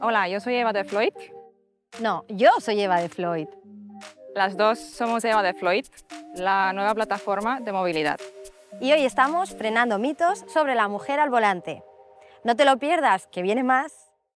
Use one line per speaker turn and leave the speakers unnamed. Hola, yo soy Eva de Floyd.
No, yo soy Eva de Floyd.
Las dos somos Eva de Floyd, la nueva plataforma de movilidad.
Y hoy estamos frenando mitos sobre la mujer al volante. No te lo pierdas, que viene más.